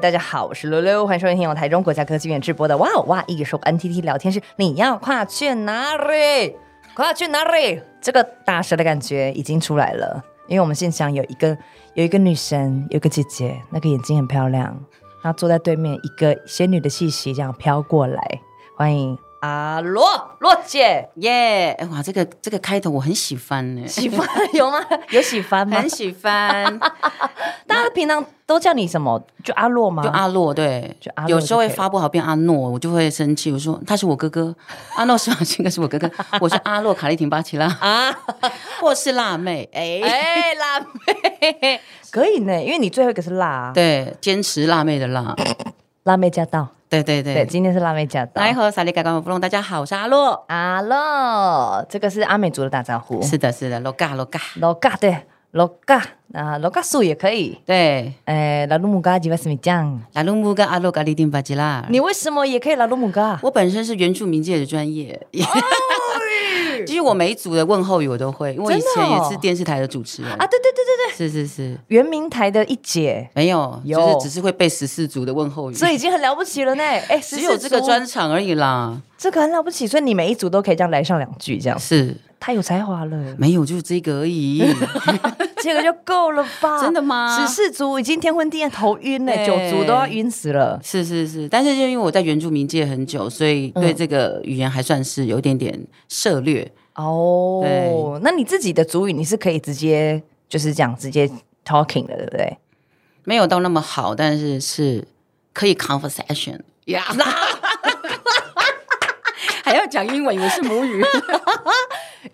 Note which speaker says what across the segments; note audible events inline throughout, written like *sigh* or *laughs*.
Speaker 1: 大家好，我是溜溜，欢迎收听由台中国家科技院直播的《哇哦哇艺术 NTT 聊天室》，你要跨去哪里？跨去哪里？这个大蛇的感觉已经出来了，因为我们现场有一个有一个女生，有一个姐姐，那个眼睛很漂亮，她坐在对面，一个仙女的气息这样飘过来，欢迎阿罗罗姐，
Speaker 2: 耶、哎哇，这个这个开头我很喜
Speaker 1: *laughs*
Speaker 2: 欢呢、
Speaker 1: 喜欢有吗？哎有喜欢吗
Speaker 2: 很？喜欢，
Speaker 1: 大家平常都叫你什么？就阿洛吗？
Speaker 2: *laughs* 就阿洛对
Speaker 1: 就阿，洛
Speaker 2: 有时候
Speaker 1: 就
Speaker 2: 会
Speaker 1: 可以了
Speaker 2: 发不好变阿诺，我就会生气，我说他是我哥
Speaker 1: *laughs*
Speaker 2: 哥，阿诺是吧？应该是我哥哥，我是阿洛卡丽婷巴奇拉，
Speaker 1: *laughs* 啊。
Speaker 2: 或是辣妹，哎、
Speaker 1: 哎，辣 *laughs* 妹可以呢，因为你最后一个是辣、啊，
Speaker 2: 对，坚持辣妹的辣，
Speaker 1: 辣妹驾到，
Speaker 2: 对对
Speaker 1: 对，
Speaker 2: 对。
Speaker 1: 今天是辣妹哦驾到。
Speaker 2: 嗯来和萨利盖干布隆，大家好，我是阿洛，
Speaker 1: 阿乐，这个是阿美族的打招呼，
Speaker 2: 是的，是的，罗嘎罗嘎，
Speaker 1: 老嘎对，老嘎啊，老嘎素也可以。
Speaker 2: 对，
Speaker 1: 哎，拉鲁姆嘎吉巴斯米酱，
Speaker 2: 拉鲁木跟阿洛咖丽丁巴吉拉，
Speaker 1: 你为什么也可以拉鲁姆嘎？
Speaker 2: *laughs* 我本身是原住民界的专业， *laughs* 其实我每一组的问候语我都会，因为我以
Speaker 1: 真
Speaker 2: 前
Speaker 1: 的哦
Speaker 2: 也是电视台的哦主持人
Speaker 1: 啊，对对对对对，
Speaker 2: 是是是，
Speaker 1: 圆明台的一姐，
Speaker 2: 没有，
Speaker 1: 有
Speaker 2: 就是只是会背十四组的问候语，
Speaker 1: 这已经很了不起
Speaker 2: *laughs*
Speaker 1: 了呢。哎，
Speaker 2: 只有这个
Speaker 1: 14族
Speaker 2: 专场而已啦。
Speaker 1: 这个很了不起，所以你每一组都可以这样来上两句，这样
Speaker 2: 是
Speaker 1: 太有才华了，
Speaker 2: 没有，就是这个而已。
Speaker 1: *laughs*
Speaker 2: *laughs*
Speaker 1: 这个就够了吧？
Speaker 2: 真的吗
Speaker 1: 十四族已经天昏地暗，头晕呢、
Speaker 2: 对
Speaker 1: 九族都要晕死了。
Speaker 2: 是是是，但是就因为我在原住民界很久，所以对这个语言还算是有一点点涉略。
Speaker 1: 哦
Speaker 2: 对，
Speaker 1: 那你自己的族语你是可以直接就是讲直接 talking 的，对不对？
Speaker 2: 没有到那么好，但是是可以 conversation。呀， *laughs* 还要讲英文，以为是母语，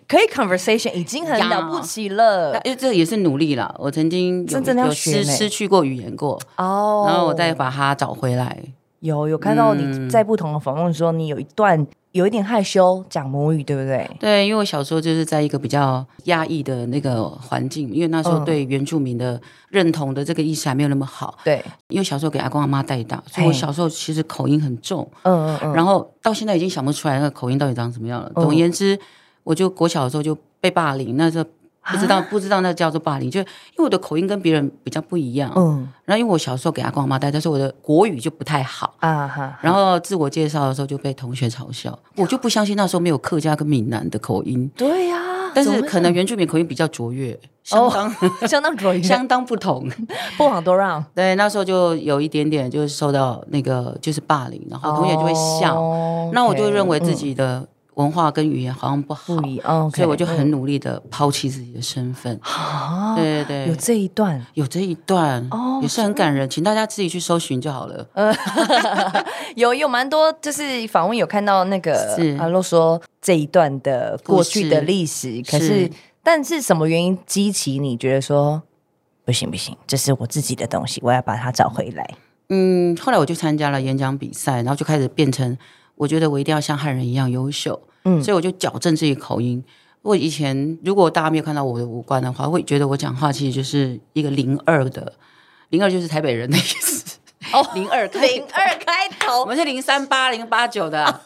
Speaker 1: 可以 conversation 已经很
Speaker 2: 呀
Speaker 1: 了不起了
Speaker 2: 因为这也是努力啦。我曾经有
Speaker 1: 这真的要
Speaker 2: 有
Speaker 1: 学
Speaker 2: 失
Speaker 1: 呢
Speaker 2: 失去过语言过，
Speaker 1: 哦。
Speaker 2: 然后我再把它找回来。
Speaker 1: 有有看到你
Speaker 2: 嗯
Speaker 1: 在不同的访问说你有一段有一点害羞讲母语，对不对？
Speaker 2: 对，因为我小时候就是在一个比较压抑的那个环境，因为那时候
Speaker 1: 嗯
Speaker 2: 对原住民的认同的这个意识还没有那么好。
Speaker 1: 对，
Speaker 2: 因为小时候给阿公阿妈带大，所以我
Speaker 1: 嘿
Speaker 2: 小时候其实口音很重，
Speaker 1: 嗯嗯哎嗯，
Speaker 2: 然后到现在已经想不出来那个口音到底长什么样了。总而
Speaker 1: 嗯
Speaker 2: 言之，我就国小的时候就被霸凌，那时候
Speaker 1: 啊
Speaker 2: 不知道不知道那叫做霸凌，就因为我的口音跟别人比较不一样。
Speaker 1: 嗯
Speaker 2: 然后因为我小时候给阿公阿妈带，但是我的国语就不太好。
Speaker 1: 啊哈，
Speaker 2: 然后自我介绍的时候就被同学嘲笑，我就不相信那时候没有客家跟闽南的口音。
Speaker 1: 对呀、
Speaker 2: 但
Speaker 1: 怎
Speaker 2: 是
Speaker 1: 么哦
Speaker 2: 可能原住民口音比较卓越，相当、 *laughs*
Speaker 1: 会相当卓越，
Speaker 2: 相当不同。 *laughs*
Speaker 1: 不遑多让。
Speaker 2: 对，那时候就有一点点就是受到那个就是霸凌，然后同学就会笑，
Speaker 1: 哦
Speaker 2: 那我就
Speaker 1: OK，
Speaker 2: 认为自
Speaker 1: 嗯
Speaker 2: 己的文化跟语言好像不好，
Speaker 1: 不一样，嗯
Speaker 2: 所以我就很努力的抛弃自己的身份。
Speaker 1: 啊，
Speaker 2: 对对
Speaker 1: 有
Speaker 2: 对。
Speaker 1: 这一段。
Speaker 2: 有这一段
Speaker 1: 哦
Speaker 2: 也是很感人，请大家自己去搜寻就好了。
Speaker 1: *laughs* 有有蛮多，就是访问有看到那个
Speaker 2: 是
Speaker 1: 阿洛说这一段的
Speaker 2: 故
Speaker 1: 过
Speaker 2: 事
Speaker 1: 去的历史，可是
Speaker 2: 是
Speaker 1: 但是什么原因激起你觉得说不行不行，这是我自己的东西，我要把它找回来。
Speaker 2: 嗯，后来我就参加了演讲比赛，然后就开始变成，我觉得我一定要像汉人一样优秀，
Speaker 1: 嗯
Speaker 2: 所以我就矫正自己的口音。我以前如果大家没有看到我的五官的话，会觉得我讲话其实就是一个零二的，零二就是台北人的意
Speaker 1: *laughs*
Speaker 2: 思。
Speaker 1: 哦
Speaker 2: 零二
Speaker 1: 零二开
Speaker 2: 我
Speaker 1: 头，
Speaker 2: 们是零三八、零八九的
Speaker 1: *laughs*
Speaker 2: 啊，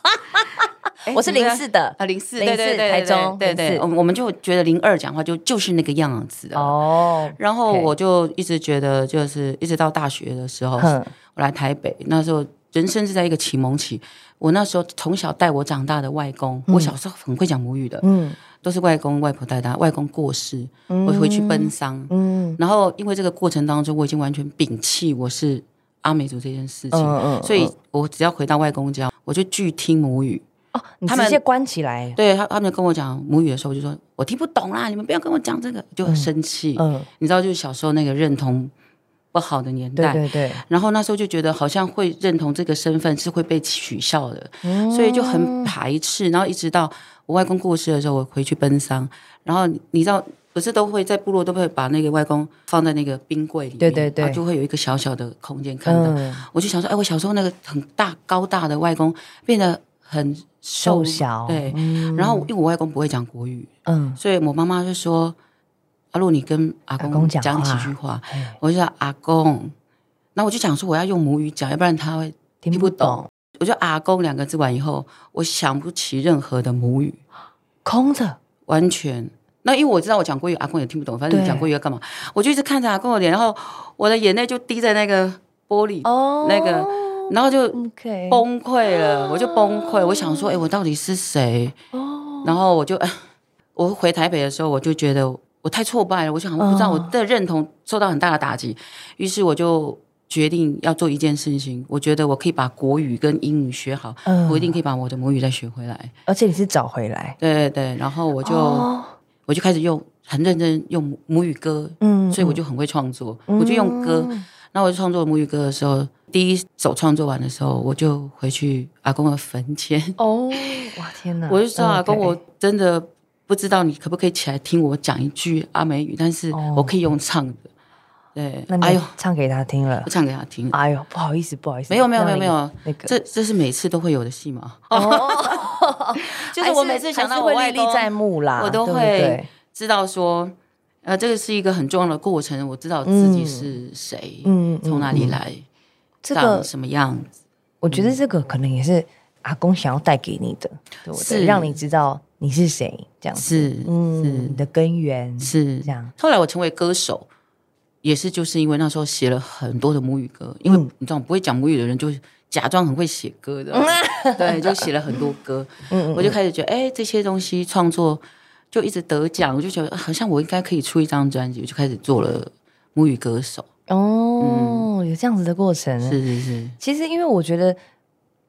Speaker 2: 哎
Speaker 1: 我是
Speaker 2: 你们
Speaker 1: 零四的
Speaker 2: 啊，零四，
Speaker 1: 04
Speaker 2: 对对对，
Speaker 1: 台
Speaker 2: 对对
Speaker 1: 中
Speaker 2: 对对，
Speaker 1: 04
Speaker 2: 我们我们就觉得零二讲话就就是那个样子的。
Speaker 1: 哦，
Speaker 2: 然后
Speaker 1: OK
Speaker 2: 我就一直觉得，就是一直到大学的时候，
Speaker 1: 哼
Speaker 2: 我来台北，那时候人生是在一个启蒙期。我那时候从小带我长大的外公，我小时候很会讲母语的，
Speaker 1: 嗯
Speaker 2: 都是外公外婆带大。啊外公过世，我回去奔丧，
Speaker 1: 嗯
Speaker 2: 然后因为这个过程当中，我已经完全摒弃我是阿美族这件事情，
Speaker 1: 嗯嗯
Speaker 2: 所以我只要回到外公家，我就拒听母语。
Speaker 1: 哦，你
Speaker 2: 他
Speaker 1: 直
Speaker 2: 们
Speaker 1: 接关起来，
Speaker 2: 对他，他们跟我讲母语的时候，我就说我听不懂啦，你们不要跟我讲这个，就很生气。
Speaker 1: 嗯，
Speaker 2: 你知道，就是小时候那个认同不好的年
Speaker 1: 对
Speaker 2: 代，
Speaker 1: 对对，
Speaker 2: 然后那时候就觉得好像会认同这个身份是会被取笑的，所以就
Speaker 1: 嗯
Speaker 2: 很排斥。然后一直到我外公过世的时候，我回去奔丧，然后你你知道。不是都会在部落都会把那个外公放在那个冰柜里面，
Speaker 1: 对对对
Speaker 2: 然后就会有一个小小的空间看到。
Speaker 1: 嗯，
Speaker 2: 我就想说，哎，我小时候那个很大高大的外公变得很瘦
Speaker 1: 瘦小
Speaker 2: 对。然后因为我外公不会讲国语，
Speaker 1: 嗯
Speaker 2: 所以我妈妈就说：“阿露，你跟阿
Speaker 1: 阿公
Speaker 2: 公
Speaker 1: 讲
Speaker 2: 讲几
Speaker 1: 话
Speaker 2: 句话。
Speaker 1: 哎
Speaker 2: 我就说：“阿公。”那我就想说我要用母语讲，要不然他会
Speaker 1: 听
Speaker 2: 听
Speaker 1: 不
Speaker 2: 不
Speaker 1: 懂
Speaker 2: 懂。我就“阿公”两个字完以后，我想不起任何的母语，
Speaker 1: 空着，
Speaker 2: 完全。那因为我知道我讲国语，阿公也听不懂，反正你
Speaker 1: 对
Speaker 2: 讲国语要干嘛？我就一直看着阿公的脸，然后我的眼泪就滴在那个玻璃
Speaker 1: 哦嗯
Speaker 2: 那个，然后就
Speaker 1: OK
Speaker 2: 崩溃
Speaker 1: 啊
Speaker 2: 了，我就崩溃，我想说，哎、我到底是谁？
Speaker 1: 哦，
Speaker 2: 然后我就， *laughs* 我回台北的时候，我就觉得我太挫败了，我想
Speaker 1: 嗯
Speaker 2: 我不知道我的认同受到很大的打击，于是我就决定要做一件事情，我觉得我可以把国语跟英语学好，
Speaker 1: 嗯
Speaker 2: 我一定可以把我的母语再学回来。
Speaker 1: 而且你是找回来，
Speaker 2: 对对对，然后我就、
Speaker 1: 哦
Speaker 2: 我就开始用很认真用母母语歌，
Speaker 1: 嗯
Speaker 2: 所以我就很会创作，我就用歌。那我就创作母语歌的时候，第一首创作完的时候，我就回去阿公的坟前，
Speaker 1: 哦，哇天哪！
Speaker 2: 我就说阿
Speaker 1: 哦
Speaker 2: 公，
Speaker 1: OK
Speaker 2: 我真的不知道你可不可以起来听我讲一句阿美语，但是
Speaker 1: 哦
Speaker 2: 我可以用唱的。对
Speaker 1: 那，
Speaker 2: 哎
Speaker 1: 你
Speaker 2: 呦，
Speaker 1: 唱给他听了
Speaker 2: *laughs* 我，唱给他听。
Speaker 1: 哎呦，不好意思，不好意思，
Speaker 2: 没有没有没有没
Speaker 1: 让
Speaker 2: 有
Speaker 1: 你，那个
Speaker 2: 这这是每次都会有的戏嘛。 *laughs*
Speaker 1: 哦，
Speaker 2: 就是我每次想
Speaker 1: 还
Speaker 2: 到
Speaker 1: 是
Speaker 2: 我
Speaker 1: 会
Speaker 2: 外
Speaker 1: 历历
Speaker 2: 公，
Speaker 1: 在目啦，
Speaker 2: 我都
Speaker 1: 对
Speaker 2: 会
Speaker 1: 不对
Speaker 2: 知道说，呃，这个是一个很重要的过程，我知道自己是谁，
Speaker 1: 嗯嗯
Speaker 2: 从哪里来，
Speaker 1: 这
Speaker 2: 长嗯
Speaker 1: 个，
Speaker 2: 什么样子。
Speaker 1: 我觉得这个可能也是阿公想要带给你的，对不对？
Speaker 2: 是
Speaker 1: 让你知道你是谁，这样子，
Speaker 2: 是
Speaker 1: 嗯，你的根源
Speaker 2: 是
Speaker 1: 这样，
Speaker 2: 后来我成为歌手，也是就是因为那时候写了很多的母语歌，因为
Speaker 1: 嗯
Speaker 2: 你知道不会讲母语的人就假装很会写
Speaker 1: *laughs*
Speaker 2: 歌的，对，就写了很多歌。
Speaker 1: 嗯
Speaker 2: 我就开始觉得，哎、这些东西创作就一直得奖，我就觉得啊好像我应该可以出一张专辑，我就开始做了母语歌手。嗯
Speaker 1: 哦，有这样子的过程，
Speaker 2: 是是是，
Speaker 1: 其实，因为我觉得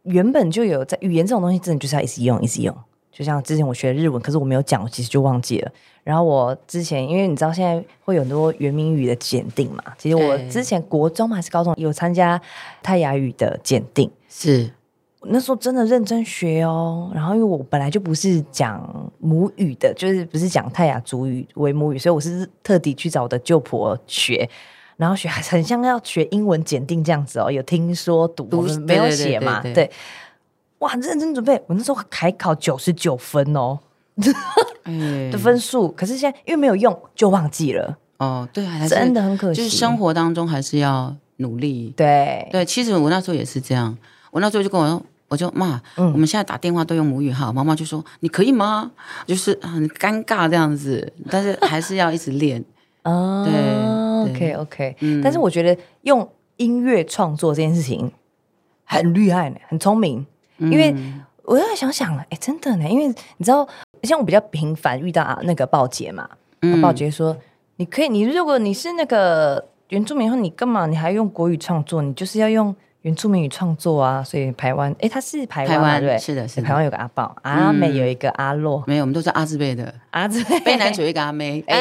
Speaker 1: 原本就有在语言这种东西，真的就是要一直用，一直用。就像之前我学日文，可是我没有讲，我其实就忘记了。然后我之前，因为你知道现在会有很多原名语的检定嘛，其实我
Speaker 2: 对
Speaker 1: 之前国中嘛还是高中有参加泰雅语的检定，
Speaker 2: 是
Speaker 1: 我那时候真的认真学哦。然后因为我本来就不是讲母语的，就是不是讲泰雅族语为母语，所以我是特地去找我的舅婆学。然后学 *laughs* 很像要学英文检定这样子哦，有听说读，
Speaker 2: 读
Speaker 1: 我们没有
Speaker 2: 对对对
Speaker 1: 写嘛？
Speaker 2: 对对
Speaker 1: 对，哇，很认真准备。我那时候还考九十九分哦
Speaker 2: 哎
Speaker 1: 的分数，可是现在因为没有用，就忘记了，
Speaker 2: 哦，对，还是
Speaker 1: 真的很可惜。
Speaker 2: 就是生活当中还是要努力。
Speaker 1: 对，
Speaker 2: 对，其实我那时候也是这样，我那时候就跟我说，我就妈，
Speaker 1: 嗯
Speaker 2: 我们现在打电话都用母语哈，妈妈就说你可以吗？就是啊很尴尬这样子，但是还是要一直练。
Speaker 1: 哦
Speaker 2: 对
Speaker 1: ，OK
Speaker 2: 对
Speaker 1: OK，、
Speaker 2: 嗯
Speaker 1: 但是我觉得用音乐创作这件事情很厉害呢，很聪明。因为
Speaker 2: 嗯
Speaker 1: 我要想想了，哎，真的呢，因为你知道，像我比较频繁遇到啊那个报姐嘛，
Speaker 2: 嗯
Speaker 1: 报姐说，你可以，你如果你是那个原住民的话，你干嘛你还用国语创作？你就是要用原住民语创作啊。所以台湾，哎，他是台湾
Speaker 2: 台
Speaker 1: 嘛，
Speaker 2: 湾
Speaker 1: 对不对，
Speaker 2: 是的是的
Speaker 1: 台湾有个阿宝，阿美
Speaker 2: 嗯
Speaker 1: 有一个阿洛，
Speaker 2: 没有，我们都是阿字辈的，
Speaker 1: 阿字
Speaker 2: 被男主一个阿妹，哎，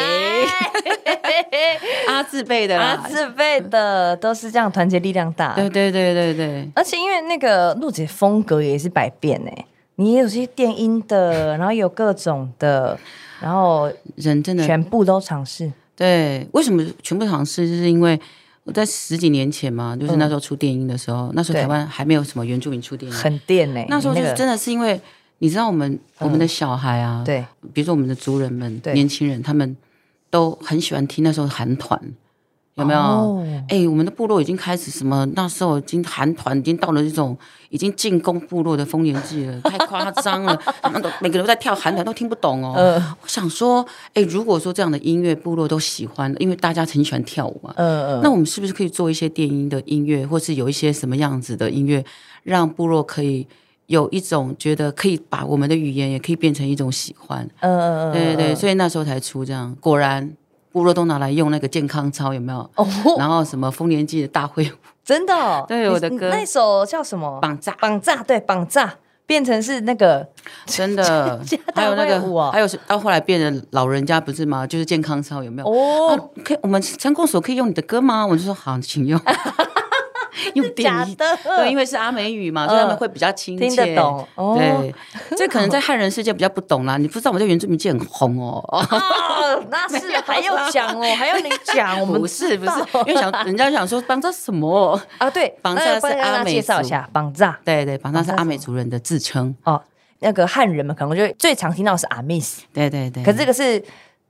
Speaker 2: 阿字辈的啦
Speaker 1: 阿，字辈啊的都是这样，团结力量大。
Speaker 2: 啊对对对对对，
Speaker 1: 而且因为那个陆姐风格也是百变哎、你也有些电音
Speaker 2: *laughs*
Speaker 1: 的，然后有各种的，然后
Speaker 2: 人真的
Speaker 1: 全部都尝试。
Speaker 2: 对，为什么全部尝试？就是因为我在十几年前嘛，就是那时候出电音的时候，那时候
Speaker 1: 嗯对
Speaker 2: 台湾还没有什么原住民出电音，
Speaker 1: 很电哎、
Speaker 2: 那时候
Speaker 1: 你
Speaker 2: 就是
Speaker 1: 个嗯
Speaker 2: 真的是因为你知道我们、我们的小孩啊，，
Speaker 1: 对
Speaker 2: 比如说我们的族人们、
Speaker 1: 对
Speaker 2: 年轻人，他们都很喜欢听那时候韩团，有没有？
Speaker 1: 哦
Speaker 2: 哎、我们的部落已经开始什么？那时候已经韩团已经到了一种已经进攻部落的丰年
Speaker 1: *laughs*
Speaker 2: 祭了，太夸张了！他们都每个人都在跳韩团，都听不懂哦。
Speaker 1: 嗯
Speaker 2: 我想说，哎、如果说这样的音乐部落都喜欢，因为大家很喜欢跳舞嘛，
Speaker 1: 嗯嗯
Speaker 2: 那我们是不是可以做一些电音的音乐，或是有一些什么样子的音乐，让部落可以有一种觉得可以把我们的语言也可以变成一种喜欢？
Speaker 1: 嗯嗯嗯，
Speaker 2: 对对对，所以那时候才出这样，果然部落都拿来用那个健康操有没有？
Speaker 1: 哦，
Speaker 2: 然后什么丰年祭的大会舞
Speaker 1: 真的、哦，
Speaker 2: 对
Speaker 1: 你
Speaker 2: 我的
Speaker 1: 你
Speaker 2: 歌
Speaker 1: 那首叫什么？
Speaker 2: 绑架，
Speaker 1: 绑架，对，绑架变成是那个 *laughs*
Speaker 2: 真的
Speaker 1: 加大，
Speaker 2: 还有那个
Speaker 1: 会舞哦
Speaker 2: 还有是到后来变成老人家不是吗？就是健康操有 *laughs* 没有？
Speaker 1: 哦，
Speaker 2: 啊可以，我们成功所可以用你的歌吗？我就说好，
Speaker 1: *laughs*
Speaker 2: 请用。用电
Speaker 1: 假
Speaker 2: 音
Speaker 1: 的嗯
Speaker 2: 对，因为是阿美语嘛，所以他们会比较亲切，
Speaker 1: 听得懂哦
Speaker 2: 对，这可能在汉人世界比较不懂啦，你不知道我们在原住民界很红哦。哦
Speaker 1: 哦，那
Speaker 2: *laughs*
Speaker 1: 是还要讲哦，还要你 *laughs* 讲，我们
Speaker 2: 不是
Speaker 1: 知
Speaker 2: 不
Speaker 1: 道
Speaker 2: 是，因为想人家想说帮这什么？
Speaker 1: 啊，对，
Speaker 2: 绑架
Speaker 1: 那
Speaker 2: 是
Speaker 1: 帮大家
Speaker 2: 阿美
Speaker 1: 介绍一
Speaker 2: 族
Speaker 1: 下绑架
Speaker 2: 对对，绑扎是
Speaker 1: 绑扎
Speaker 2: 阿美族人的自称。
Speaker 1: 哦。那个汉人们可能就最常听到的是阿 miss，
Speaker 2: 对对对，
Speaker 1: 可是这个是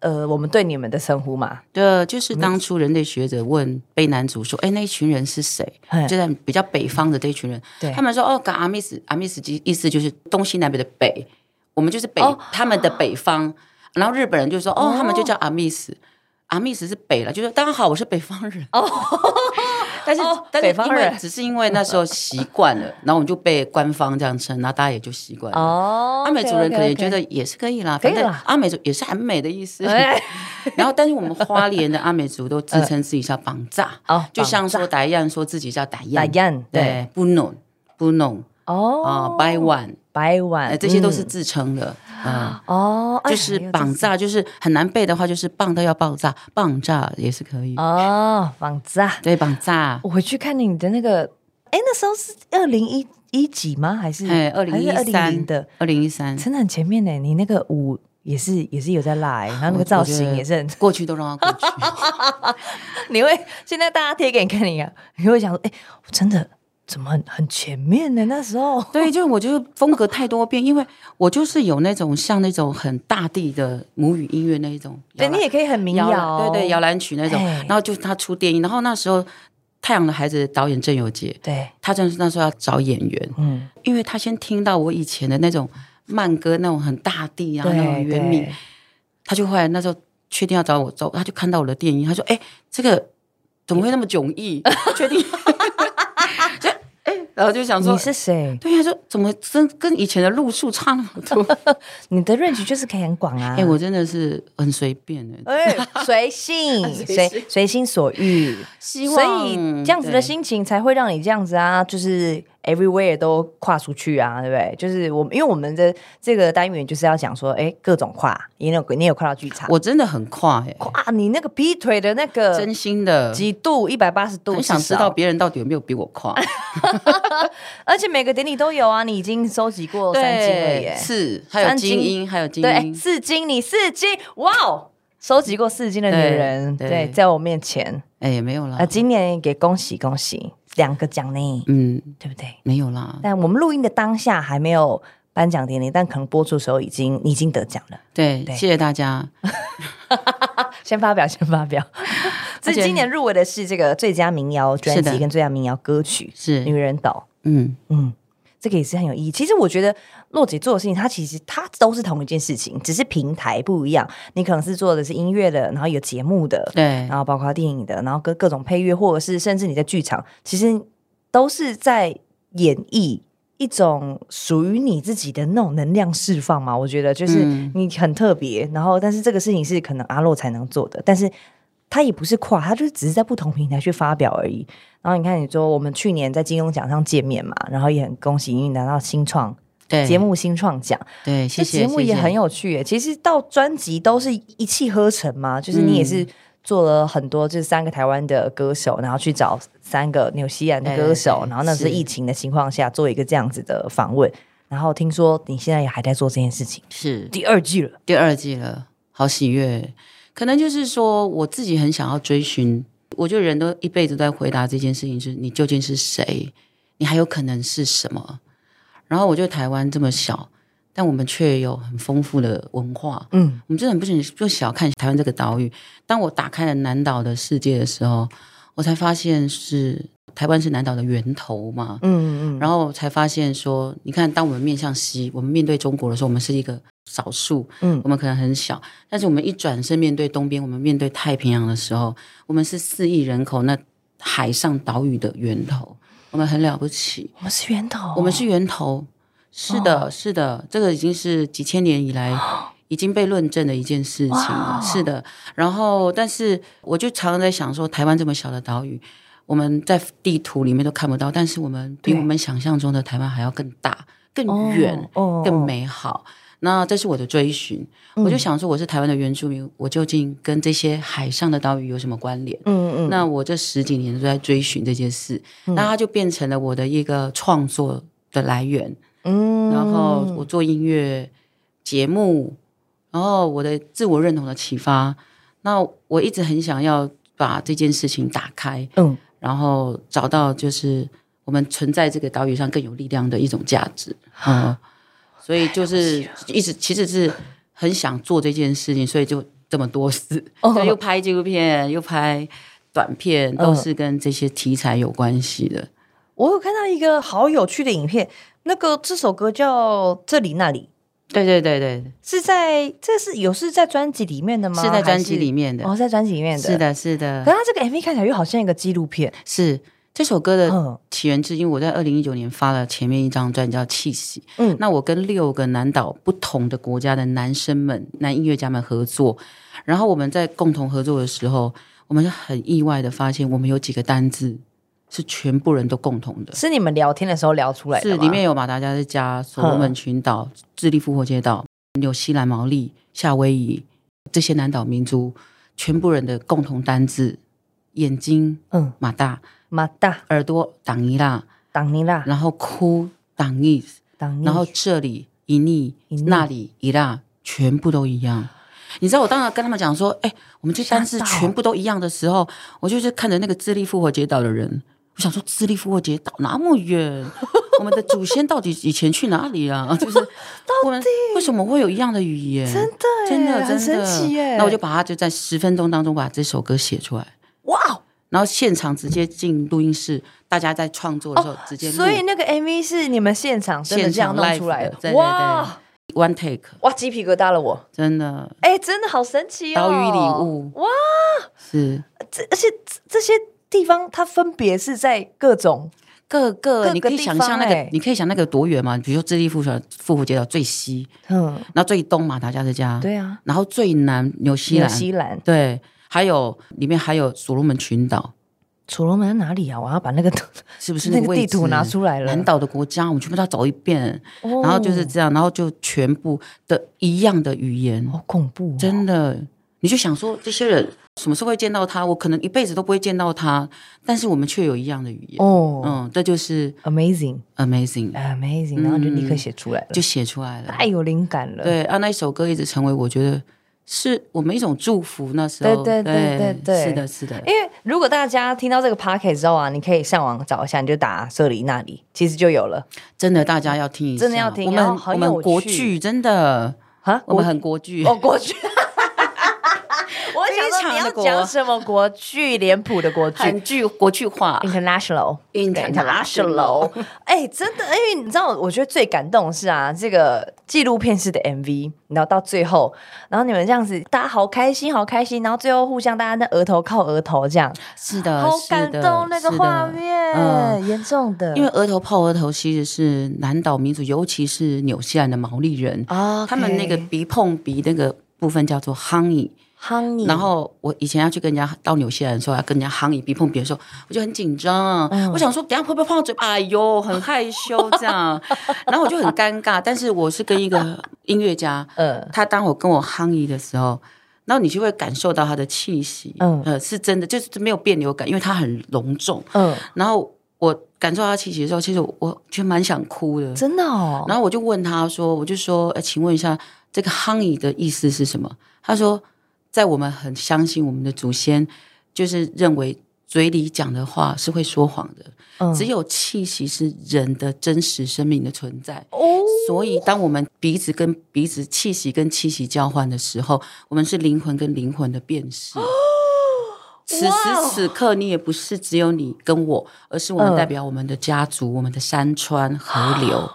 Speaker 1: 呃，我们对你们的称呼嘛，
Speaker 2: 对，就是当初人类学者问卑南族说：“哎，那一群人是谁
Speaker 1: 嘿？”
Speaker 2: 就在比较北方的这一群人
Speaker 1: 对，
Speaker 2: 他们说：“哦，噶阿密斯，阿密斯意思就是东西南北的北，我们就是北、
Speaker 1: 哦
Speaker 2: 他们的北方。”然后日本人就说：“哦，他们就叫阿密斯，阿密斯是北了，就说大家好，我是北方人。”哦， *laughs* 但是、
Speaker 1: 哦
Speaker 2: 但是
Speaker 1: 北方
Speaker 2: 因为
Speaker 1: 人
Speaker 2: 只是因为那时候习惯了，然后我们就被官方这样称，然后大家也就习惯了。
Speaker 1: 哦，
Speaker 2: 啊阿美族人可能也
Speaker 1: OK，OK，OK
Speaker 2: 觉得也是可以啦，
Speaker 1: 可以
Speaker 2: 反正
Speaker 1: 啦
Speaker 2: 阿美族也是很美的
Speaker 1: *laughs*
Speaker 2: 意思。
Speaker 1: 哎
Speaker 2: *laughs* 然后，但是我们花莲的阿美族都自称自己叫绑炸，
Speaker 1: 哦，
Speaker 2: *laughs* 就像说达样说自己叫达
Speaker 1: 打
Speaker 2: 样，
Speaker 1: 样对
Speaker 2: 对，不弄不弄啊
Speaker 1: 哦，
Speaker 2: ，by one，
Speaker 1: 白碗
Speaker 2: 哎，这些都是 *laughs*
Speaker 1: 嗯
Speaker 2: 自称的啊。
Speaker 1: 哦，哎
Speaker 2: 就是
Speaker 1: 还有这
Speaker 2: 绑炸，就是很难背的话，就是棒到要爆炸，棒炸也是可以。
Speaker 1: 哦，绑炸。
Speaker 2: 对，绑炸，
Speaker 1: 我回去看你的那个，哎，那时候是二零一一几吗？嗯还是
Speaker 2: 哎，二零一
Speaker 1: 二零
Speaker 2: 三嗯
Speaker 1: 零的？，
Speaker 2: 二零一三，
Speaker 1: 真的很前面呢。你那个舞也是也是有在拉欸，然后那
Speaker 2: 啊我
Speaker 1: 个造
Speaker 2: 我觉
Speaker 1: 型
Speaker 2: 得
Speaker 1: 也是很，
Speaker 2: 过去都让它
Speaker 1: *laughs*
Speaker 2: 过去。
Speaker 1: 你会现在大家贴给你看，你看，你会想说，哎，我真的怎么很很前面呢？那时候
Speaker 2: 对，就是我就是风格太多变，因为我就是有那种像那种很大地的母语音乐那一种，
Speaker 1: 对
Speaker 2: *laughs* 摇篮
Speaker 1: 你也可以很民
Speaker 2: 摇篮
Speaker 1: 谣，
Speaker 2: 对对摇篮曲那种
Speaker 1: 哎，
Speaker 2: 然后就他出电影，然后那时候《太阳的孩子》的导演郑有杰，
Speaker 1: 对，
Speaker 2: 他真的是那时候要找演员，
Speaker 1: 嗯，
Speaker 2: 因为他先听到我以前的那种慢歌，那种很大地啊，
Speaker 1: 对
Speaker 2: 那种原米
Speaker 1: 对，
Speaker 2: 他就后来那时候确定要找我走，他就看到我的电影，他说：“哎、这个怎么会那么迥异？ *laughs* 确定？”就哎、然后就想说
Speaker 1: 你是谁？
Speaker 2: 对呀、说怎么真跟以前的路数差那么
Speaker 1: *laughs*
Speaker 2: 多？
Speaker 1: 你的 range 就是可以很广啊。
Speaker 2: *laughs* 哎、我真的是很随便的、
Speaker 1: 哎，
Speaker 2: *laughs*
Speaker 1: 随性，随随心所欲，
Speaker 2: 希
Speaker 1: 所以这样子的心情才会让你这样子啊，就是 everywhere 都跨出去啊，对不对？就是我们，因为我们的这个单元就是要讲说，哎，各种跨，你有你有跨到剧场
Speaker 2: 对，我真的很跨哎、
Speaker 1: 跨你那个劈腿的那个
Speaker 2: 真心的，
Speaker 1: 几度，一百八十度，
Speaker 2: 我嗯想知
Speaker 1: 至少
Speaker 2: 道，别人到底有没有比我
Speaker 1: *laughs*
Speaker 2: 跨。
Speaker 1: 而且每个典礼都有啊，你已经收集过哦三金了耶，
Speaker 2: 是还有
Speaker 1: 三金
Speaker 2: 精英，还有精
Speaker 1: 对，哎
Speaker 2: 英，
Speaker 1: 四金，你四金，哇哦！收集过四金的女人，
Speaker 2: 对
Speaker 1: 对，
Speaker 2: 对
Speaker 1: 在我面前，
Speaker 2: 哎、没有啦
Speaker 1: 啊，，今年也恭喜恭喜，两个奖呢，
Speaker 2: 嗯，
Speaker 1: 对不对？
Speaker 2: 没有啦，
Speaker 1: 但我们录音的当下还没有颁奖典礼，但可能播出的时候已经你已经得奖了。
Speaker 2: 对，
Speaker 1: 对
Speaker 2: 谢谢大家。
Speaker 1: 先发表， *laughs* 先发表。这
Speaker 2: 而且
Speaker 1: 今年入围的是这个最佳民谣专
Speaker 2: 是的
Speaker 1: 辑跟最佳民谣歌曲《女
Speaker 2: 是，
Speaker 1: 人岛》。
Speaker 2: 嗯，
Speaker 1: 嗯，这个也是很有意义。其实我觉得洛姐做的事情，它其实它都是同一件事情，只是平台不一样。你可能是做的是音乐的，然后有节目的，
Speaker 2: 对
Speaker 1: 然，后包括电影的，然后各各种配乐，或者是甚至你在剧场，其实都是在演绎一种属于你自己的那种能量释放嘛。我觉得就是
Speaker 2: 嗯
Speaker 1: 你很特别，然后但是这个事情是可能阿洛才能做的，但是他也不是跨，他就只是在不同平台去发表而已。然后你看，你说我们去年在金钟奖上见面嘛，然后也很恭喜你拿到新创
Speaker 2: 对，
Speaker 1: 节，目新创奖，
Speaker 2: 对，
Speaker 1: 这
Speaker 2: 谢谢，
Speaker 1: 节目也
Speaker 2: 谢谢
Speaker 1: 很有趣耶。其实到专辑都是一气呵成嘛，就是你也是做了很多，就是三个台湾的歌手，然后去找三个纽西兰的歌手
Speaker 2: 对对，对
Speaker 1: 然后那是
Speaker 2: 是
Speaker 1: 疫情的情况下做一个这样子的访问。然后听说你现在也还在做这件事情，
Speaker 2: 是
Speaker 1: 第二季了。
Speaker 2: 第二季了，好喜悦。可能就是说，我自己很想要追寻。我觉得人都一辈子都在回答这件事情：，是你究竟是谁？你还有可能是什么？然后我觉得台湾这么小，但我们却有很丰富的文化。
Speaker 1: 嗯，
Speaker 2: 我们真的很不仅就小看台湾这个岛屿。当我打开了南岛的世界的时候，我才发现是台湾是南岛的源头嘛。
Speaker 1: 嗯嗯
Speaker 2: 然后才发现说，你看，当我们面向西，我们面对中国的时候，我们是一个少数，
Speaker 1: 嗯
Speaker 2: 我们可能很小，但是我们一转身面对东边，我们面对太平洋的时候，我们是四亿人口那海上岛屿的源头，我们很了不起，
Speaker 1: 我们是源头，
Speaker 2: 我们是源头，是的，
Speaker 1: 哦
Speaker 2: 是的，这个已经是几千年以
Speaker 1: *gasps*
Speaker 2: 来。已经被论证的一件事情了，是的。然后，但是我就常常在想说，台湾这么小的岛屿，我们在地图里面都看不到，但是我们比
Speaker 1: 对
Speaker 2: 我们想象中的台湾还要更大、更远、
Speaker 1: 哦嗯
Speaker 2: 更。美好。那这是我的追寻，我就想说，我是台湾的原住民，我究竟跟这些海上的岛屿有什么关联？
Speaker 1: 嗯嗯嗯
Speaker 2: 那我这十几年都在追寻这件事，那它就变成了我的一个创作的来源。
Speaker 1: 嗯
Speaker 2: 然后我做音乐节目，然后我的自我认同的启发。那我一直很想要把这件事情打开，
Speaker 1: 嗯，
Speaker 2: 然后找到就是我们存在这个岛屿上更有力量的一种价 *laughs* 值。嗯，所以就是一直其实是很想做这件事情，所以就这么多 *laughs* 事，
Speaker 1: 哦
Speaker 2: 所以又拍纪录片，又拍短片，都是跟这些题材有关系的。
Speaker 1: 我有看到一个好有趣的影片，那个这首歌叫《这里那里》。
Speaker 2: 对对对对，
Speaker 1: 是在这是有是在专辑里面的吗？
Speaker 2: 是在专辑里面的
Speaker 1: 还是哦，在专辑里面的。
Speaker 2: 是，的，是的
Speaker 1: 可。是它这个 MV 看起来又好像一个纪录片，
Speaker 2: 是这首歌
Speaker 1: 嗯
Speaker 2: 的起源是因为我在二零一九年发了前面一张专辑叫《气息》，
Speaker 1: 嗯
Speaker 2: 嗯，那我跟六个南岛不同的国家的男生们、男音乐家们合作，然后我们在共同合作的时候，我们就很意外的发现，我们有几个单字是全部人都共同的，
Speaker 1: 是你们聊天的时候聊出来的
Speaker 2: 是
Speaker 1: 吗嗯
Speaker 2: 里面有马达加斯加、所罗门群岛、智利复活节岛、纽西兰毛利、夏威夷这些南岛民族全部人的共同单字，眼睛
Speaker 1: 嗯，
Speaker 2: 马大，
Speaker 1: 马大
Speaker 2: 耳朵挡一啦，
Speaker 1: 挡尼啦，
Speaker 2: 然后哭挡一，
Speaker 1: 挡尼，
Speaker 2: 然后这里一逆
Speaker 1: 嗯一逆
Speaker 2: 那里一啦，全部都一样。你知道我当时跟他们讲说，哎、我们这单字
Speaker 1: 吓到
Speaker 2: 全部都一样的时候，我就是看着那个智利复活节岛的人，我想说智利复活节岛那么
Speaker 1: *laughs*
Speaker 2: 远，我们的祖先到底以前去哪里啊？就是我们为什么会有一样的语言？
Speaker 1: 真的耶
Speaker 2: 真的
Speaker 1: 很
Speaker 2: 真
Speaker 1: 神
Speaker 2: 的
Speaker 1: 奇耶。
Speaker 2: 那我就把它就在十分钟当中把这首歌写出来，
Speaker 1: 哇，
Speaker 2: 然后现场直接进录音室，大家在创作的时候直接
Speaker 1: 哦
Speaker 2: 录。
Speaker 1: 所以那个 MV 是你们现场真的
Speaker 2: 现
Speaker 1: 这样
Speaker 2: 场
Speaker 1: 弄
Speaker 2: live
Speaker 1: 出来
Speaker 2: 的，对对对
Speaker 1: 哇
Speaker 2: ，one take，
Speaker 1: 哇，鸡皮疙瘩了我。
Speaker 2: 真的
Speaker 1: 哎，真的好神奇哦！
Speaker 2: 岛屿礼物
Speaker 1: 哇，
Speaker 2: 是
Speaker 1: 这而且这这些地方它分别是在各种
Speaker 2: 各
Speaker 1: 各
Speaker 2: 个
Speaker 1: 个
Speaker 2: 你可以
Speaker 1: 地
Speaker 2: 想象那
Speaker 1: 方
Speaker 2: 个，
Speaker 1: 欸
Speaker 2: 你可以想那个多远嘛？比如说智利复活复活节岛最西，
Speaker 1: 嗯，
Speaker 2: 然后最东马达加斯加，
Speaker 1: 对啊，
Speaker 2: 然后最南纽西
Speaker 1: 纽
Speaker 2: 兰，
Speaker 1: 西兰、
Speaker 2: 对，还有里面还有所罗门群岛，
Speaker 1: 所罗门在哪里啊？我要把那个
Speaker 2: 是不是
Speaker 1: 那
Speaker 2: 个 *laughs*
Speaker 1: 个
Speaker 2: 位
Speaker 1: 地
Speaker 2: 置
Speaker 1: 图拿出来了
Speaker 2: 南岛的国家，我们全部都要找一遍，
Speaker 1: 哦
Speaker 2: 然后就是这样，然后就全部的一样的语言，
Speaker 1: 好恐怖哦，
Speaker 2: 真的，你就想说这些人什么时候会见到他？我可能一辈子都不会见到他，但是我们却有一样的语言，
Speaker 1: 哦
Speaker 2: 嗯，这就是
Speaker 1: ，amazing
Speaker 2: amazing，
Speaker 1: amazing，然后就立刻写出来了，
Speaker 2: 嗯就写出来了。
Speaker 1: 太有灵感了。
Speaker 2: 对啊，那一首歌一直成为我觉得是我们一种祝福。那时候，
Speaker 1: 对对对对对
Speaker 2: 是的，是的，
Speaker 1: 因为如果大家听到这个 p o c k e t 之后啊，你可以上网找一下，你就打这里那里，其实就有了
Speaker 2: 真的大家要听一下，
Speaker 1: 真的要听
Speaker 2: 我
Speaker 1: 然后
Speaker 2: 们
Speaker 1: 很
Speaker 2: 我们
Speaker 1: 有
Speaker 2: 国
Speaker 1: 趣
Speaker 2: 剧真的，
Speaker 1: 啊。
Speaker 2: 我们很国剧，
Speaker 1: 哦国
Speaker 2: *laughs*
Speaker 1: 剧，我
Speaker 2: 非
Speaker 1: 想
Speaker 2: 常
Speaker 1: 说你要
Speaker 2: 的国
Speaker 1: 讲什么国剧，脸谱的国剧
Speaker 2: 韩。剧国剧化
Speaker 1: International，
Speaker 2: International
Speaker 1: 哎、真的，因为你知道，我觉得最感动的是啊，这个纪录片式的 MV，然后到最后，然后你们这样子，大家好开心，好开心，然后最后互相大家那额头靠额头这样，
Speaker 2: 是的，
Speaker 1: 好
Speaker 2: 呃是
Speaker 1: 感
Speaker 2: 的
Speaker 1: 动那个
Speaker 2: 是的
Speaker 1: 画面，
Speaker 2: 嗯
Speaker 1: 严重的，
Speaker 2: 因为额头泡额头其实是南岛民族，尤其是纽西兰的毛利人，
Speaker 1: 啊
Speaker 2: 他们那个鼻碰鼻那个部分叫做 honey，
Speaker 1: honey，
Speaker 2: 然后我以前要去跟人家到纽西兰的时候，要跟人家夯一鼻碰鼻的时候，我就很紧张，
Speaker 1: 嗯
Speaker 2: 我想说等一下会不会碰到嘴巴？哎呦，很害羞这
Speaker 1: *laughs*
Speaker 2: 样，然后我就很尴尬。但是我是跟一个音乐家，
Speaker 1: 呃，
Speaker 2: 他当我跟我夯一的时候，然后你就会感受到他的气息，
Speaker 1: 嗯
Speaker 2: 呃，是真的，就是没有别扭感，因为他很隆重。
Speaker 1: 嗯，
Speaker 2: 然后我感受到他气息的时候，其实我我就蛮想哭的，
Speaker 1: 真的哦，
Speaker 2: 然后我就问他说，我就说，呃，请问一下，这个 honey 的意思是什么？他说，在我们很相信我们的祖先，就是认为嘴里讲的话是会说谎的，
Speaker 1: 嗯
Speaker 2: 只有气息是人的真实生命的存在。
Speaker 1: 哦，
Speaker 2: 所以，当我们鼻子跟鼻子、气息跟气息交换的时候，我们是灵魂跟灵魂的
Speaker 1: *gasps*
Speaker 2: 辨识。此时
Speaker 1: 哇哦
Speaker 2: 此刻，你也不是只有你跟我，而是我们
Speaker 1: 嗯
Speaker 2: 代表我们的家族、我们的山川、河
Speaker 1: *gasps*
Speaker 2: 流。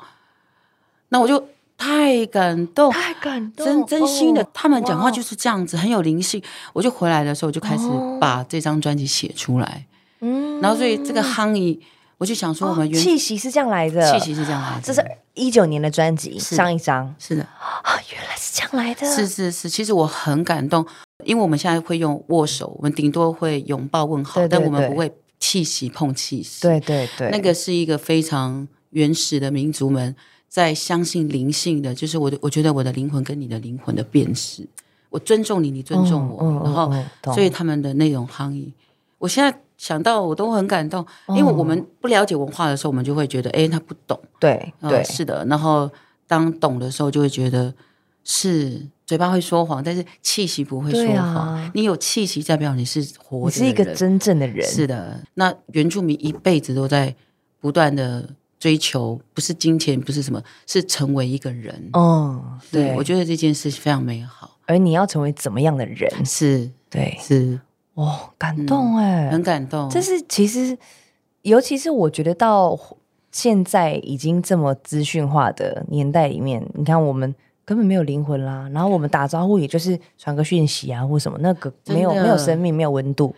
Speaker 2: 那我就太感动，
Speaker 1: 太感动，
Speaker 2: 真真心的
Speaker 1: 哦，
Speaker 2: 他们讲
Speaker 1: 哇
Speaker 2: 话就是这样子，很有灵性。我就回来的时候，我就开始
Speaker 1: 哦
Speaker 2: 把这张专辑写出来，
Speaker 1: 嗯
Speaker 2: 然后所以这个夯一，我就想说，我们原
Speaker 1: 气息是这样来的，
Speaker 2: 气息是这样来的，
Speaker 1: 这是一九年的专辑
Speaker 2: 是
Speaker 1: 上一张
Speaker 2: 是的。
Speaker 1: 啊，原来是这样来的，
Speaker 2: 是是是，其实我很感动，因为我们现在会用握手，我们顶多会拥抱问好，
Speaker 1: 对对
Speaker 2: 但我们
Speaker 1: 对
Speaker 2: 不会气息碰气息。，
Speaker 1: 对对对，
Speaker 2: 那个是一个非常原始的民族们在相信灵性的，就是我的，我觉得我的灵魂跟你的灵魂的辨识，我尊重你，你尊重我，
Speaker 1: 嗯嗯嗯
Speaker 2: 然后、
Speaker 1: 嗯懂
Speaker 2: 所以他们的那种抗议，我现在想到我都很感动，因为
Speaker 1: 哦
Speaker 2: 我们不了解文化的时候，我们就会觉得，哎，他不懂。
Speaker 1: 对
Speaker 2: 嗯
Speaker 1: 对，
Speaker 2: 是的。然后当懂的时候，就会觉得是嘴巴会说谎，但是气息不会说
Speaker 1: 对啊
Speaker 2: 谎。你有气息，代表你是活
Speaker 1: 你
Speaker 2: 着
Speaker 1: 是一
Speaker 2: 的
Speaker 1: 个
Speaker 2: 人
Speaker 1: 真正的人，
Speaker 2: 是的。那原住民一辈子都在不断的追求，不是金钱，不是什么，是成为一个人。
Speaker 1: 哦，对，
Speaker 2: 我觉得这件事非常美好。
Speaker 1: 而你要成为怎么样的人，
Speaker 2: 是
Speaker 1: 对，
Speaker 2: 是，
Speaker 1: 哦，感动哎，
Speaker 2: 嗯很感动。
Speaker 1: 这是其实，尤其是我觉得到现在已经这么资讯化的年代里面，你看我们根本没有灵魂啦，然后我们打招呼也就是传个讯息啊或什么，那个没有
Speaker 2: 真的
Speaker 1: 没有生命，没有温度。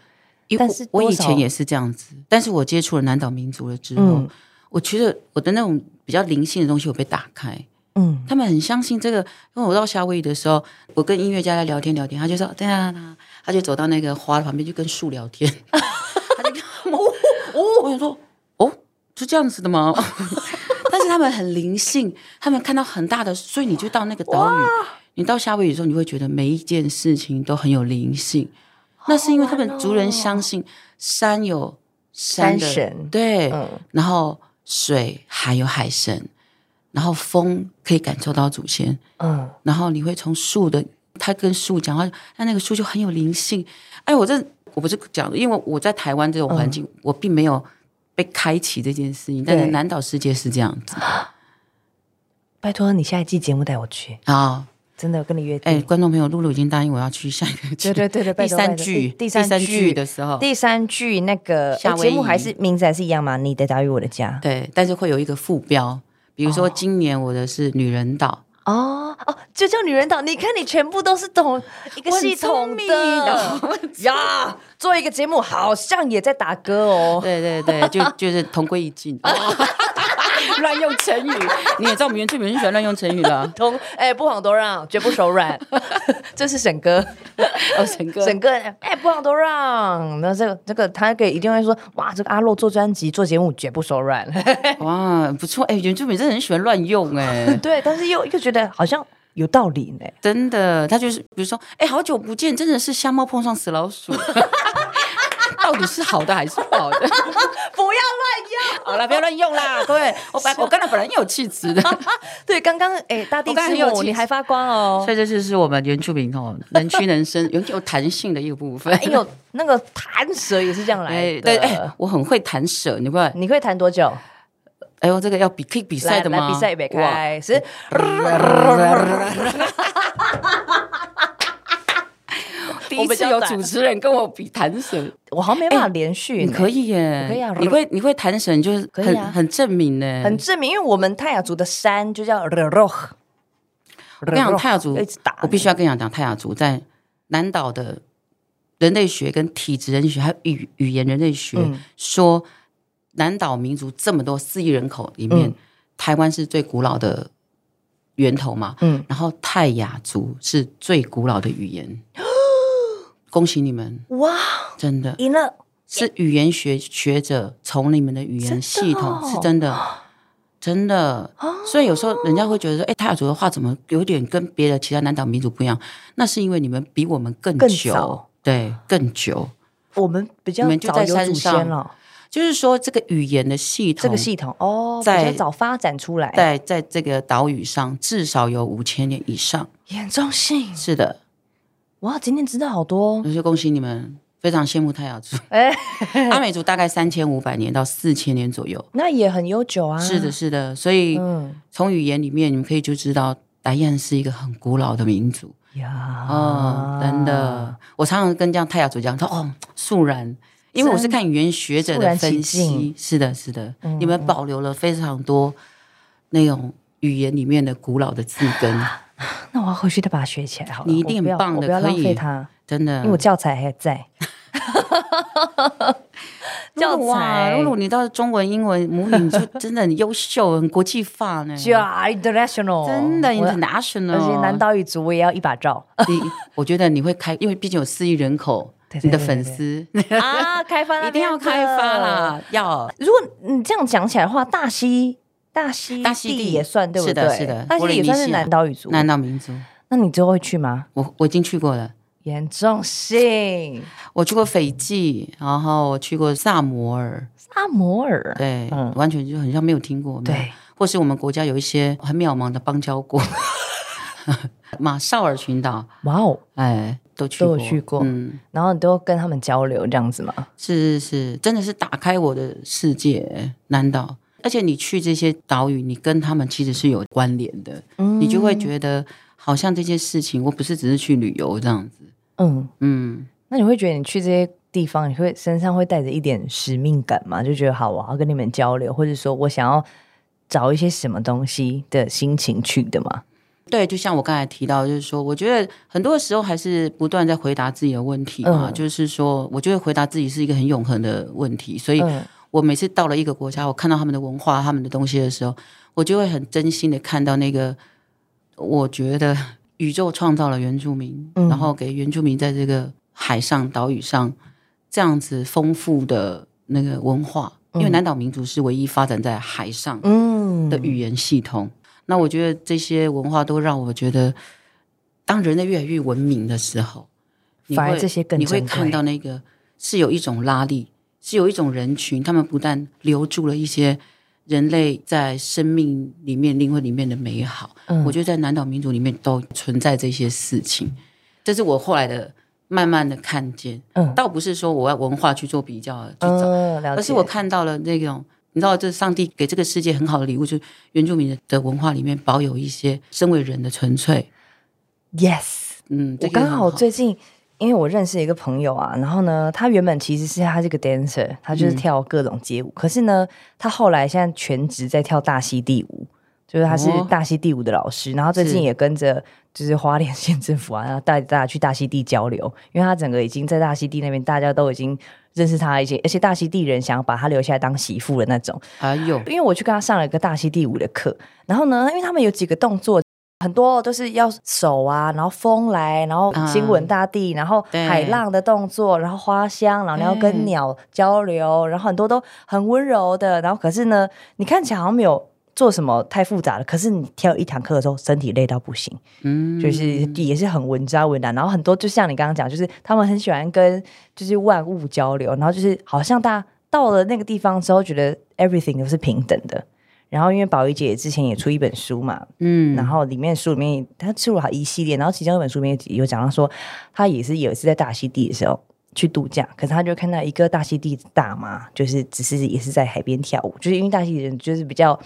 Speaker 2: 因为
Speaker 1: 但
Speaker 2: 我
Speaker 1: 是
Speaker 2: 我
Speaker 1: 多
Speaker 2: 以
Speaker 1: 少
Speaker 2: 前也是这样子，但是我接触了南岛民族了之后，
Speaker 1: 嗯
Speaker 2: 我觉得我的那种比较灵性的东西我被打开，
Speaker 1: 嗯，
Speaker 2: 他们很相信这个。因为我到夏威夷的时候，我跟音乐家在聊天聊天，他就说对啊，他就走到那个花旁边就跟树聊天， *laughs* 他就跟他们哦，我想说哦，是这样子的吗？ *laughs* 但是他们很灵性，他们看到很大的，所以你就到那个岛屿，你到夏威夷的时候，你会觉得每一件事情都很有灵性。那是因为他们族人相信山有山的
Speaker 1: 山神
Speaker 2: 对，
Speaker 1: 嗯
Speaker 2: 然后水还有海神，然后风可以感受到祖先，
Speaker 1: 嗯，
Speaker 2: 然后你会从树的，它跟树讲话，那那个树就很有灵性。哎，我这我不是讲，因为我在台湾这种环境，我并没有被开启这件事情，但是
Speaker 1: 对
Speaker 2: 南岛世界是这样子
Speaker 1: 拜托你下一季节目带我去，
Speaker 2: 啊。
Speaker 1: 真的跟你约
Speaker 2: 哎，
Speaker 1: 定。
Speaker 2: 观众朋友，露露已经答应我要去下一个剧，
Speaker 1: 对对对对，拜
Speaker 2: 第
Speaker 1: 托
Speaker 2: 三
Speaker 1: 拜托
Speaker 2: 剧，
Speaker 1: 第三
Speaker 2: 剧的时候，
Speaker 1: 第三剧那个
Speaker 2: 夏
Speaker 1: 哎
Speaker 2: 威夷
Speaker 1: 节目还是名字还是一样吗？你的岛屿，我的家。
Speaker 2: 对，但是会有一个副标，比如说
Speaker 1: 哦
Speaker 2: 今年我的是女人岛。
Speaker 1: 哦哦，就叫女人岛。你看，你全部都是懂一个
Speaker 2: 我很
Speaker 1: 系统
Speaker 2: 聪明
Speaker 1: 的 *laughs* 呀。做一个节目，好像也在打歌哦。
Speaker 2: 对对对，就就是同归于尽。 *laughs* 乱用成语，你也知道我们原住民很喜欢乱用成语啦。 *laughs*
Speaker 1: 同哎、不遑多让，绝不手 *laughs* 软。这是沈哥，
Speaker 2: 哦，陈哥，
Speaker 1: 沈哥哎、不遑多让。那这个这个，他可以一定会说，哇，这个阿洛做专辑、做节目绝不手软。，
Speaker 2: 哇，不错，哎、原住民真的很喜欢乱用、哎
Speaker 1: 对，但是又又觉得好像有道理呢。
Speaker 2: 真的，他就是比如说，哎、好久不见，真的是瞎猫碰上死老鼠， *laughs* 到底是好的还是不好 *laughs* 的？
Speaker 1: 不要乱用。
Speaker 2: 好了，不要乱用
Speaker 1: *laughs*
Speaker 2: 啦，各位，我本我刚才本来也有气质的，
Speaker 1: 对，刚刚哎，大地
Speaker 2: 我刚才
Speaker 1: 之
Speaker 2: 有
Speaker 1: 母，
Speaker 2: 其
Speaker 1: 你还发光哦
Speaker 2: *laughs* 所。以这就是我们原住民哦，能屈能伸，有有弹性的一个部分
Speaker 1: 哎。呦，那个弹舌也是这样来
Speaker 2: 哎
Speaker 1: 的。
Speaker 2: *laughs* 对，哎、我很会弹舌，你不会？
Speaker 1: 你会弹多久？
Speaker 2: 哎呦，这个要比可以比赛的
Speaker 1: 来
Speaker 2: 吗？
Speaker 1: 来比赛也别
Speaker 2: 哇！
Speaker 1: 开始。 *laughs*
Speaker 2: 第
Speaker 1: 我
Speaker 2: 一
Speaker 1: 比
Speaker 2: 次
Speaker 1: 较
Speaker 2: 有
Speaker 1: 短
Speaker 2: 主持人跟我比弹舌，
Speaker 1: 我好像没办法连续
Speaker 2: 你
Speaker 1: 呢，
Speaker 2: 可以耶，
Speaker 1: 我可以啊
Speaker 2: 你会你会弹舌，你就是
Speaker 1: 可以
Speaker 2: 很、
Speaker 1: 啊
Speaker 2: 很证明呢。
Speaker 1: 很证明，因为我们泰雅族的山就叫 r r o
Speaker 2: 我跟你讲，泰雅族
Speaker 1: 一直打，
Speaker 2: 我必须要跟你讲，泰雅族在南岛的人类学、跟体质人类学，还有语语言人类学，
Speaker 1: 嗯
Speaker 2: 说南岛民族这么多四亿人口里面，
Speaker 1: 嗯
Speaker 2: 台湾是最古老的源头嘛，
Speaker 1: 嗯，
Speaker 2: 然后泰雅族是最古老的语言。 *gasps* 恭喜你们，
Speaker 1: 哇，
Speaker 2: 真的
Speaker 1: 赢了，
Speaker 2: 是语言学学者从你们的语言系统
Speaker 1: 真的哦
Speaker 2: 是真的。真的，所以有时候人家会觉得说，哎、泰雅族的话怎么有点跟别的其他南岛民族不一样？那是因为你们比我们更
Speaker 1: 更
Speaker 2: 久，
Speaker 1: 早
Speaker 2: 对，更久。
Speaker 1: 我们比较
Speaker 2: 你们就
Speaker 1: 早
Speaker 2: 在
Speaker 1: 有
Speaker 2: 山
Speaker 1: 祖先
Speaker 2: 上
Speaker 1: 了，
Speaker 2: 就是说，这个语言的系统，
Speaker 1: 这个系统哦，比
Speaker 2: 在
Speaker 1: 较早发展出来，
Speaker 2: 在在这个岛屿上至少有五千年以上。
Speaker 1: 严重性，
Speaker 2: 是的，
Speaker 1: 哇，今天知道好多哦，
Speaker 2: 我就恭喜你们，非常羡慕泰
Speaker 1: *laughs*
Speaker 2: 雅族、
Speaker 1: 哎，
Speaker 2: 阿美族，大概三千五百年到四千年左右。
Speaker 1: 那也很悠久啊，
Speaker 2: 是的，，是的，所以
Speaker 1: 嗯
Speaker 2: 从语言里面，你们可以就知道，达彦是一个很古老的民族。
Speaker 1: 呀，
Speaker 2: 哦，真的，我常常跟这样泰雅族讲，他说哦，肃然，因为我是看语言学者
Speaker 1: 肃
Speaker 2: 的
Speaker 1: 然起
Speaker 2: 分
Speaker 1: 敬嗯
Speaker 2: 析，是的，是的，你们保留了非常多那种语言里面的古老的字
Speaker 1: *laughs*
Speaker 2: 根，
Speaker 1: 那我要回去再把它学起来好了。
Speaker 2: 你一定
Speaker 1: 我不要
Speaker 2: 很棒的
Speaker 1: 我不要浪
Speaker 2: 可以
Speaker 1: 费它，
Speaker 2: 真的
Speaker 1: 因为。我教材还
Speaker 2: *laughs*
Speaker 1: 在。教
Speaker 2: 露露啊，
Speaker 1: 材
Speaker 2: 露露，你到中文、英文母语，你就真的很优秀，很国际化呢。
Speaker 1: 就啊 international，
Speaker 2: 真的
Speaker 1: 我而且
Speaker 2: international，
Speaker 1: 南岛语族我也要一把照
Speaker 2: 哦你，我觉得你会开，因为毕竟有四亿人口
Speaker 1: *laughs* 对，对
Speaker 2: 你的
Speaker 1: 对对
Speaker 2: 粉
Speaker 1: 对
Speaker 2: 丝
Speaker 1: 啊，开发
Speaker 2: 一
Speaker 1: *laughs*
Speaker 2: 定要开发啦。，要
Speaker 1: 如果你这样讲起来的话，大溪。大溪
Speaker 2: 大溪
Speaker 1: 地
Speaker 2: 地
Speaker 1: 也算对不
Speaker 2: 是
Speaker 1: 对？
Speaker 2: 的是的
Speaker 1: 大溪地也算是南岛语族。
Speaker 2: 南岛民族，
Speaker 1: 那你之后会去吗？
Speaker 2: 我我已经去过了。
Speaker 1: 严重性
Speaker 2: 我去过斐济，然后我去过萨摩尔，
Speaker 1: 萨摩尔，
Speaker 2: 对，
Speaker 1: 嗯
Speaker 2: 完全就很像没有听过，没有
Speaker 1: 对，
Speaker 2: 或是我们国家有一些很渺茫的邦交国， *laughs* 马绍尔群岛，
Speaker 1: 哇哦！
Speaker 2: 哎，都去过，
Speaker 1: 都有去过
Speaker 2: 嗯，
Speaker 1: 然后你都跟他们交流这样子吗？
Speaker 2: 是是是，真的是打开我的世界，南岛。而且你去这些岛屿，你跟他们其实是有关联的，你就会觉得好像这些事情，我不是只是去旅游这样子，
Speaker 1: 嗯，
Speaker 2: 嗯，
Speaker 1: 那你会觉得你去这些地方，你会身上会带着一点使命感吗？就觉得好，我要跟你们交流，或者说我想要找一些什么东西的心情去的吗？
Speaker 2: 对，就像我刚才提到，就是说，我觉得很多时候还是不断在回答自己的问题嘛。
Speaker 1: 嗯
Speaker 2: 就是说，我觉得回答自己是一个很永恒的问题，所以
Speaker 1: 嗯
Speaker 2: 我每次到了一个国家，我看到他们的文化、他们的东西的时候，我就会很真心的看到那个，我觉得宇宙创造了原住民，
Speaker 1: 嗯
Speaker 2: 然后给原住民在这个海上、岛屿上这样子丰富的那个文化，因
Speaker 1: 嗯
Speaker 2: 为南岛民族是唯一发展在海上
Speaker 1: 嗯
Speaker 2: 的语言系统。那我觉得这些文化都让我觉得，当人类越来越文明的时候，你
Speaker 1: 反而
Speaker 2: 会
Speaker 1: 这些更
Speaker 2: 你会
Speaker 1: 珍贵
Speaker 2: 看到那个是有一种拉力，是有一种人群，他们不但留住了一些人类在生命里面、灵魂里面的美好，
Speaker 1: 嗯
Speaker 2: 我觉得在南岛民族里面都存在这些事情。这是我后来的慢慢的看见，
Speaker 1: 嗯
Speaker 2: 倒不是说我要文化去做比较去找，
Speaker 1: 嗯，了解。
Speaker 2: 而是我看到了那种，你知道，这上帝给这个世界很好的礼物，就是原住民的文化里面保有一些身为人的纯粹。
Speaker 1: yes。
Speaker 2: 嗯，
Speaker 1: 我
Speaker 2: 这个
Speaker 1: 刚
Speaker 2: 很
Speaker 1: 好最近，因为我认识一个朋友啊，然后呢，他原本其实是他是个 dancer，他
Speaker 2: 嗯
Speaker 1: 就是跳各种街舞，可是呢，他后来现在全职在跳大溪地舞。就是他是
Speaker 2: 哦
Speaker 1: 大溪地舞的老师，然后最近
Speaker 2: 是
Speaker 1: 也跟着 *laughs* 就是花莲县政府啊，带大家去大溪地交流，因为他整个已经在大溪地那边，大家都已经认识他一些，而且大溪地人想要把他留下来当媳妇的那种，
Speaker 2: 还有
Speaker 1: 因为我去跟他上了一个大溪地舞的课，然后呢，因为他们有几个动作。很多都是要手啊，然后风来，然后
Speaker 2: 嗯
Speaker 1: 亲吻大地，然后
Speaker 2: 对
Speaker 1: 海浪的动作，然后花香，然后你要
Speaker 2: 对
Speaker 1: 跟鸟交流，然后很多都很温柔的。然后可是呢，你看起来好像没有做什么太复杂的，可是你跳一堂课的时候，身体累到不行。
Speaker 2: 嗯，
Speaker 1: 就是也是很稳扎稳打，然后很多就像你刚刚讲，就是他们很喜欢跟就是万物交流，然后就是好像大家到了那个地方之后，觉得 everything 都是平等的。然后因为宝仪姐之前也出一本书嘛，
Speaker 2: 嗯，
Speaker 1: 然后里面书里面她出了好一系列，然后其中一本书里面有讲到说，她也是有一次在大溪地的时候去度假，可是她就看到一个大溪地大妈，就是只是也是在海边跳舞，就是因为大溪人就是比较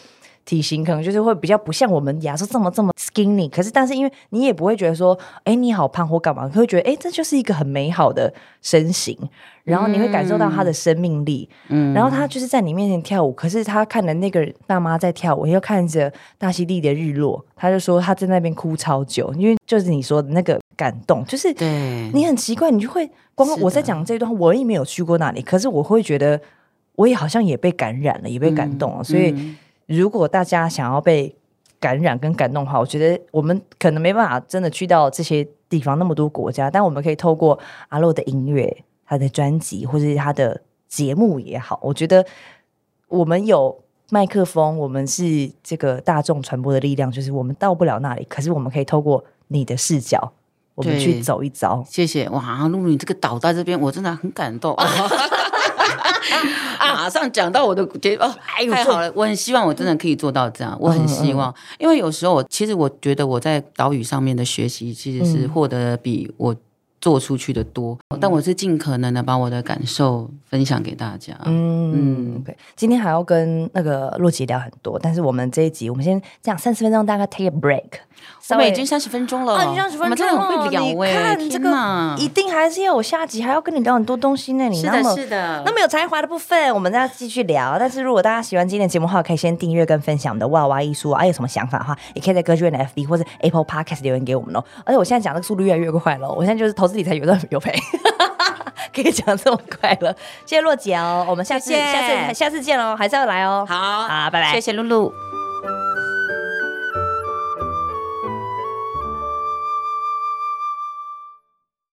Speaker 1: 体型可能就是会比较不像我们亚洲这么这么 skinny，可是但是因为你也不会觉得说，哎，你好胖或干嘛，会觉得哎，这就是一个很美好的身形，然后你会感受到她的生命力，
Speaker 2: 嗯
Speaker 1: 然后她就是在你面前跳舞，可是她看着那个大妈在跳舞，又看着大溪地的日落，她就说她在那边哭超久，因为就是你说的那个感动，就是
Speaker 2: 对，
Speaker 1: 你很奇怪，你就会光
Speaker 2: 是的
Speaker 1: 我在讲这一段，我也没有去过那里，可是我会觉得我也好像也被感染了，也被感动了。啊所以
Speaker 2: 嗯
Speaker 1: 如果大家想要被感染跟感动的话，我觉得我们可能没办法真的去到这些地方那么多国家，但我们可以透过阿洛的音乐、他的专辑或者是他的节目也好，我觉得我们有。麦克风，我们是这个大众传播的力量，就是我们到不了那里，可是我们可以透过你的视角，我们
Speaker 2: 对
Speaker 1: 去走一遭。
Speaker 2: 谢谢哇，露露，你这个倒在这边，我真的很感
Speaker 1: *laughs*
Speaker 2: 动。 *laughs* 马上讲到我的觉得哦，
Speaker 1: 哎嗯呦
Speaker 2: 太好了！我很希望我真的可以做到这样，我很
Speaker 1: 嗯
Speaker 2: 希望，因为有时候我其实我觉得我在岛屿上面的学习其实是
Speaker 1: 嗯
Speaker 2: 获得比我做出去的多，但我是尽可能的把我的感受分享给大家。
Speaker 1: 嗯
Speaker 2: 嗯
Speaker 1: ，OK，今天还要跟那个洛奇聊很多，但是我们这一集我们先这样三十分钟，大概 take a break，
Speaker 2: 我
Speaker 1: 稍
Speaker 2: 们
Speaker 1: 微
Speaker 2: 已经三十分钟了，
Speaker 1: 啊，你让十
Speaker 2: 我
Speaker 1: 分
Speaker 2: 们
Speaker 1: 钟
Speaker 2: 真的很
Speaker 1: 哦
Speaker 2: 会聊
Speaker 1: 你
Speaker 2: 哎、
Speaker 1: 看
Speaker 2: 天
Speaker 1: 这个
Speaker 2: 哪
Speaker 1: 一定还是要有下集，还要跟你聊很多东西呢。你
Speaker 2: 是
Speaker 1: 那
Speaker 2: 的，
Speaker 1: 么
Speaker 2: 是的，
Speaker 1: 那么有才华的部分，我们再继续聊。但是如果大家喜欢今天的节目的话，可以先订阅跟分享我们的哇哇艺术啊，有什么想法的话，也可以在歌剧院的 FB 或者 Apple Podcast 留言给我们哦。而且我现在讲这个速度越来越快了，我现在就是投资理财有赚有赔。 *laughs* 可以讲这么快了，谢谢洛姐哦，我们下次
Speaker 2: 谢谢
Speaker 1: 下次下次见喽，还是要来哦。
Speaker 2: 好
Speaker 1: 好，拜拜
Speaker 2: 谢谢露露。